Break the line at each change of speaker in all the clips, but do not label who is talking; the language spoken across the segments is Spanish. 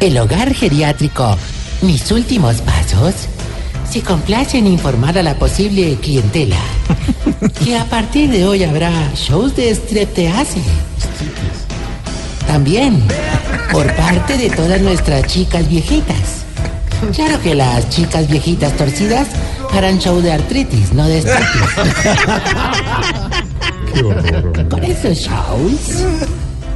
El hogar geriátrico. Mis últimos pasos. Se complace en informar a la posible clientela que a partir de hoy habrá shows de streptease. También por parte de todas nuestras chicas viejitas. Claro que las chicas viejitas torcidas harán show de artritis, no de striptease. Con esos shows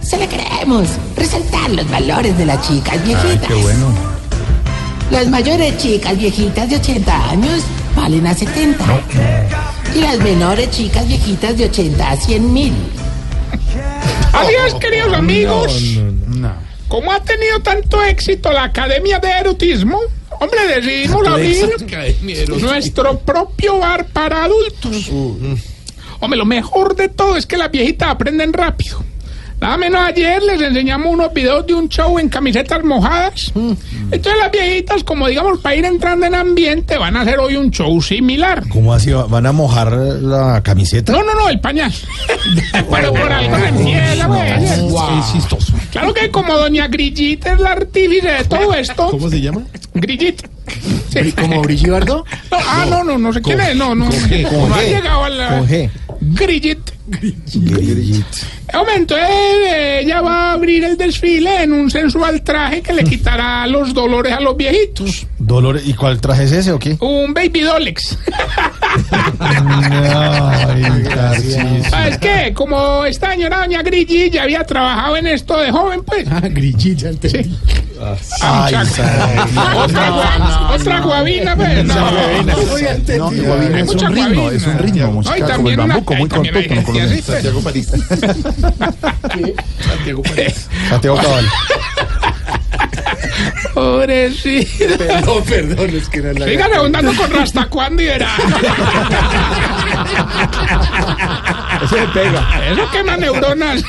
solo queremos resaltar los valores de las chicas viejitas.
Qué bueno.
Las mayores chicas viejitas de 80 años valen a 70. Y las menores chicas viejitas de 80 a 100 mil.
Adiós, queridos amigos. ¿Cómo ha tenido tanto éxito la Academia de Erotismo? Hombre, decidimos abrir nuestro propio bar para adultos. Hombre, lo mejor de todo es que las viejitas aprenden rápido. Nada menos ayer les enseñamos unos videos de un show en camisetas mojadas. Entonces las viejitas, como digamos, para ir entrando en ambiente, van a hacer hoy un show similar.
¿Cómo así? va- ¿Van a mojar la camiseta?
No, no, no, el pañal. Pero por algo se entiende, pues.
Es chistoso.
Claro que como doña Grillita es la artífice de todo esto.
¿Cómo se llama?
Grillita. Sí.
¿Como Brigibardo?
No, ah, no, no, no sé quién es. No, no.
con
no ha
G.
llegado a la.
Con G.
Grillita. Hombre, entonces eh, ella va a abrir el desfile en un sensual traje que le quitará los dolores a los viejitos.
Dolores. ¿Y cuál traje es ese o qué?
Un baby dolex.
Ay, Tarcisio.
¿Sabes qué? Como esta señora doña Grilli ya había trabajado en esto de joven, pues. Ah,
Ay, Tarcisio.
otra gua-
Ah,
otra guabina, pues. No.
No, y Guavina es
Mucha
un ritmo,
guavina.
es un ritmo
No, y
musical como el
también una-
bambuco,
y
muy
también
corto,
hay gente así, pues.
Santiago París. Santiago Cabal.
Pobrecito. Perdón, perdón, es que era la. Siga preguntando con Rastacuando y era.
Ese pega.
Eso quema neuronas.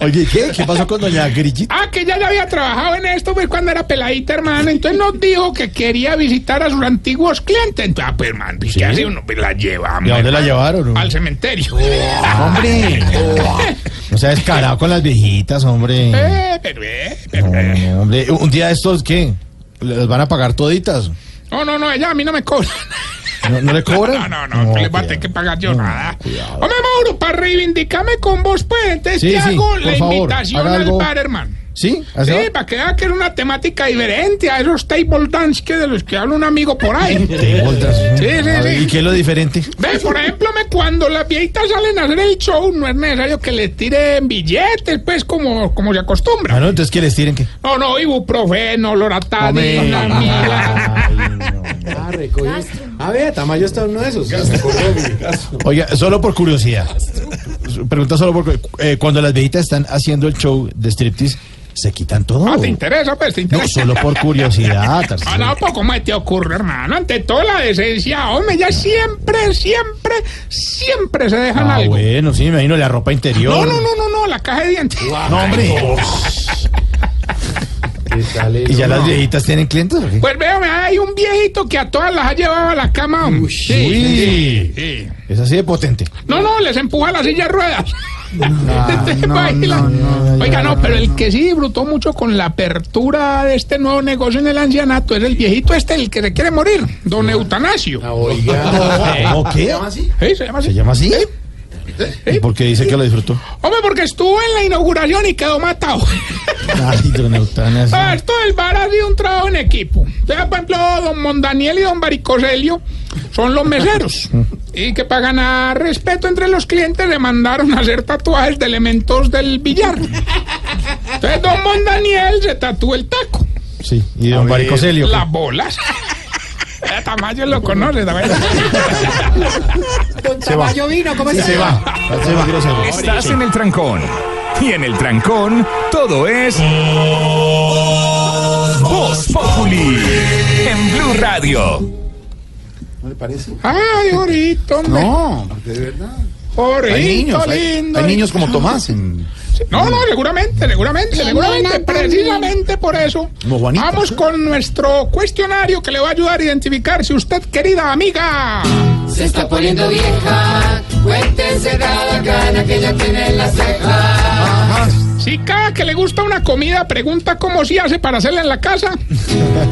Oye, ¿qué? ¿Qué pasó con doña Grillita?
Ah, que ella ya había trabajado en esto pues, cuando era peladita, hermano. Entonces nos dijo que quería visitar a sus antiguos clientes. Entonces, ah, pues, hermano, pues, ¿qué hace uno? Pues la llevamos.
¿Y a dónde la
hermano,
llevaron?
Al cementerio.
Hombre. O sea, descarado con las viejitas, hombre.
Eh, pero, eh, pero, eh.
No, hombre, un día de estos, ¿qué? ¿Les van a pagar toditas?
No, no, no, ella a mí no me cobra.
¿No, no le cobran?
No, no, no, le voy a tener que pagar yo nada. Hombre, Mauro, para reivindicarme con vos, pues, entonces
Sí,
te
sí,
hago
por
la
favor,
invitación
haga
al
algo.
bar, hermano.
¿Ah, ¿Sí?
Sí,
¿Así?
para que vea que era una temática diferente a esos table dance que de los que habla un amigo por ahí.
Te voltas.
Sí, sí,
A ver,
sí.
¿Y qué es lo diferente?
Ve, por ejemplo, me- cuando las viejitas salen a hacer el show, no es necesario que les tiren billetes, pues, como, como se
Ah,
acostumbra.
no, entonces, ¿qué les tiren? ¿Qué?
No, no, ibuprofeno, Ah, loratadina, mila.
A ver, Tamayo está uno de esos.
Oiga, solo por curiosidad. Pregunta solo por... cu- eh, cuando las viejitas están haciendo el show de striptease, ¿se quitan todo?
Ah, ¿te interesa, pues? ¿Te
No,
interesa?
solo por curiosidad,
Ah, no,
Tarcisio.
pues, ¿cómo te ocurre, hermano? Ante toda la decencia, hombre, ya siempre, siempre, siempre se dejan
Ah,
algo.
bueno, sí, me imagino la ropa
No,
interior.
no, no, no, no, la caja de dientes.
No, hombre. ¿Y ya las viejitas tienen clientes o qué?
Pues veo, hay un viejito que a todas las ha llevado a la cama. hombre.
Uy,
Sí.
es así de potente.
No, no, les empuja la silla de ruedas. Este baila. Oiga, no, pero el que sí disfrutó mucho con la apertura de este nuevo negocio en el ancianato es el viejito este, el que se quiere morir, don Eutanasio.
¿Cómo qué?
Sí, se llama así.
¿Se llama así?
¿Eh?
¿Y por qué dice que lo disfrutó?
Hombre, porque estuvo en la inauguración y quedó matado.
Ay, don Eutanasia.
Ah, Esto del bar ha sido un trabajo en equipo. Entonces, por ejemplo, don Mondaniel y don Baricoselio son los meseros. Y que para ganar respeto entre los clientes le mandaron a hacer tatuajes de elementos del billar. Entonces, don Mondaniel se tatuó el taco,
Sí, y don pues. Baricoselio. ¿qué?
las bolas. Eh, Tamayo lo conoce, Tamayo.
Tamayo vino, ¿cómo
Se va. Se va.
Estás en el trancón.
Y en el trancón, todo es. Voz Populi. En Blue Radio.
¿No le parece?
Ay, Jorito, hombre.
No, de verdad.
Jorito,
Oh, Hay niños, hay,
lindo.
hay niños como Tomás en...
No, no, seguramente, seguramente, seguramente,
buena
precisamente por eso.
Como Juanito.
Vamos con nuestro cuestionario que le va a ayudar a identificar si usted, querida amiga.
Se está poniendo vieja, cuéntense cada cana que ya tiene en la ceja.
Si cada que le gusta una comida pregunta cómo se hace para hacerla en la casa.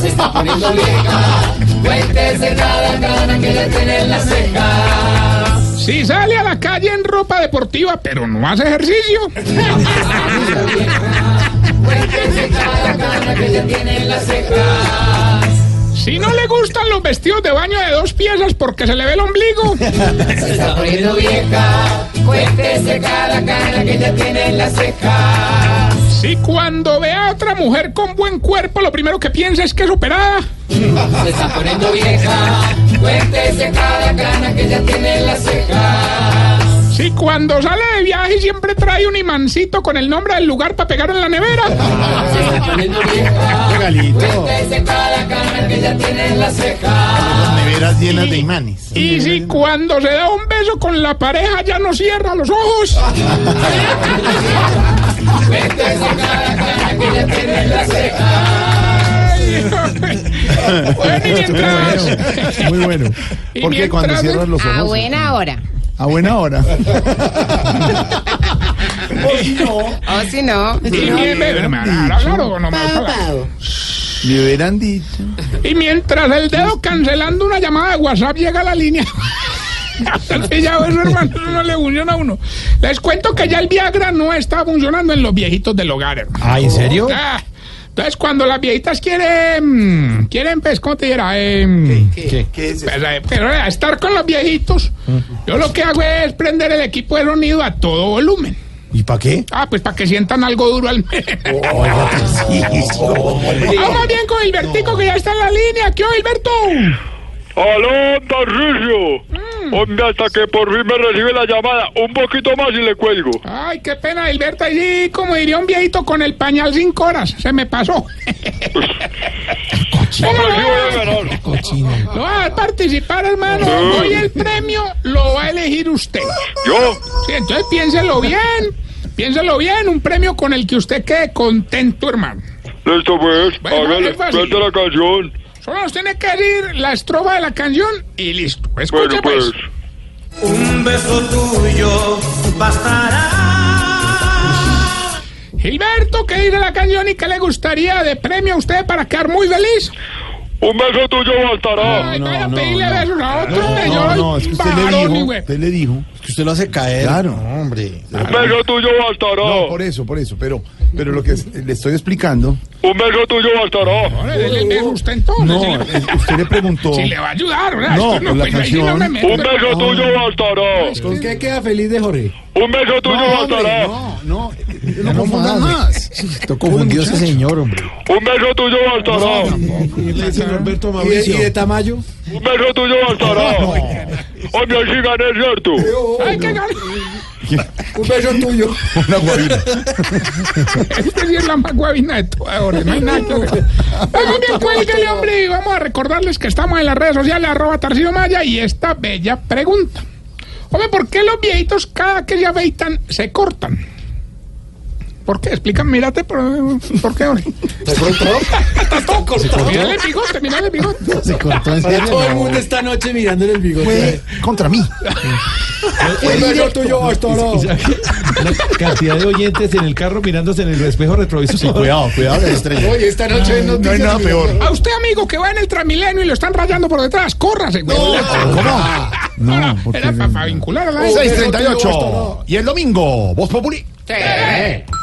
Se está poniendo vieja, cuéntense cada cana que ya tiene en la ceja.
Si sale a la calle en ropa deportiva pero no hace ejercicio.
Cuéntense cada cana que ya tiene en la ceja.
Si no le gustan los vestidos de baño de dos piezas porque se le ve el ombligo.
Se está poniendo vieja, cuéntense cada cana que ya tiene en la ceja.
Si cuando ve a otra mujer con buen cuerpo lo primero que piensa es que es operada.
Se está poniendo vieja, cuéntense cada cana que ya tiene en la ceja.
Si cuando sale de viaje siempre trae un imancito con el nombre del lugar para pegar en la nevera.
Se está poniendo vieja. Cuéntese cada cana que ya tiene en la ceja.
Neveras llenas de imanes.
Y si cuando se da un beso con la pareja ya no cierra los ojos.
Cuéntese cada cana que ya tiene en la ceja.
Ay, bueno, y mientras,
Muy bueno.
Y
Porque cuando
mientras-
cierras los
A
ojos...
buena hora.
A buena hora.
O si no,
y mientras- claro, claro, no me
Ah,
gusta la-
Me hubieran dicho.
y mientras el dedo cancelando una llamada de WhatsApp llega a la línea. El pillado eso, hermano, eso no le funciona a uno. Les cuento que ya el Viagra no está funcionando en los viejitos del hogar, hermano.
Ah, ¿en serio?
Ah, entonces, cuando las viejitas quieren, quieren, pues, ¿cómo te dirá? Em,
¿Qué?
pues, eh, pero a estar con los viejitos, yo lo que hago es prender el equipo de sonido a todo volumen.
¿Y para qué?
Ah, pues para que sientan algo duro al menos. Vamos bien con Hilbertico, que ya está en la línea. ¿Qué, Hilberto?
¡Aló, Tarricio!
Mm.
Hombre, hasta que por fin me recibe la llamada. Un poquito más y le cuelgo.
Ay, qué pena, Hilberto. Ahí sí, como diría un viejito con el pañal cinco horas. Se me pasó.
Hombre, sí voy a ganar.
Lo va a dejar participar, hermano. Hoy el premio lo va a elegir usted.
Yo,
Sí, entonces piénselo bien. Piénselo bien, un premio con el que usted quede contento, hermano.
listo pues.
Bueno,
Hágale,
es fácil.
vete la canción.
Solo nos tiene que decir la estrofa de la canción y listo.
Bueno,
Escuche,
pues.
pues.
Un beso tuyo bastará.
Gilberto, ¿qué dice la canción y qué le gustaría de premio a usted para quedar muy feliz?
Un beso tuyo bastará.
Ay, vaya,
no,
pedirle
no.
besos a otro.
No,
hombre, yo
no,
soy
no, es que usted le
varón,
dijo.
güey.
Usted le dijo.
Es que usted lo hace caer.
Claro.
No, hombre.
Un beso tuyo
No,
bastará.
por eso, por eso. Pero, pero lo que es- le estoy explicando.
Un beso tuyo bastará.
Ahora, dele el beso a usted entonces.
No,
si, le,
eh, usted le preguntó.
si le va a ayudar, ¿verdad?
No,
Esto
la
pues, ahí sí no
canción.
me meto,
Un
hermano.
beso tuyo bastará.
¿Con qué queda feliz de Jorge?
Un beso tuyo
No, hombre,
bastará.
no, no, eh, no confundas más.
Estoy confundido ese señor, hombre.
Un beso tuyo bastará.
¿Y de Tamayo?
Un beso tuyo bastará. Hombre, hoy sí gané, ¿cierto?
Ay, qué gana.
Un beso tuyo. Una guavina.
Usted sí es Este la más guabina de todas horas, no hay nada que ver. Vamos bien, cuélguele, hombre, y vamos a recordarles que estamos en las redes sociales, arroba Tarcillo Maya, y esta bella pregunta. Hombre, ¿por qué los viejitos cada que se afeitan se cortan? ¿Por qué? Explícame, mírate, pero, ¿por qué, hombre?
¿Se cortó?
Está todo cortado. Mírale el bigote, mírale el bigote.
Se cortó en serio.
Todo el mundo esta noche mirándole el bigote.
contra mí.
Un beso tuyo bastará.
cantidad de oyentes en el carro mirándose en el espejo retrovisor. cuidado, cuidado, la estrella.
Oye, esta noche hay noticias.
nada peor.
A usted, amigo, que va en el Transmilenio y lo están rayando por detrás, córrase, güey.
No,
Era para vincular a la
638. Y el domingo, Voz Populi.
Sí.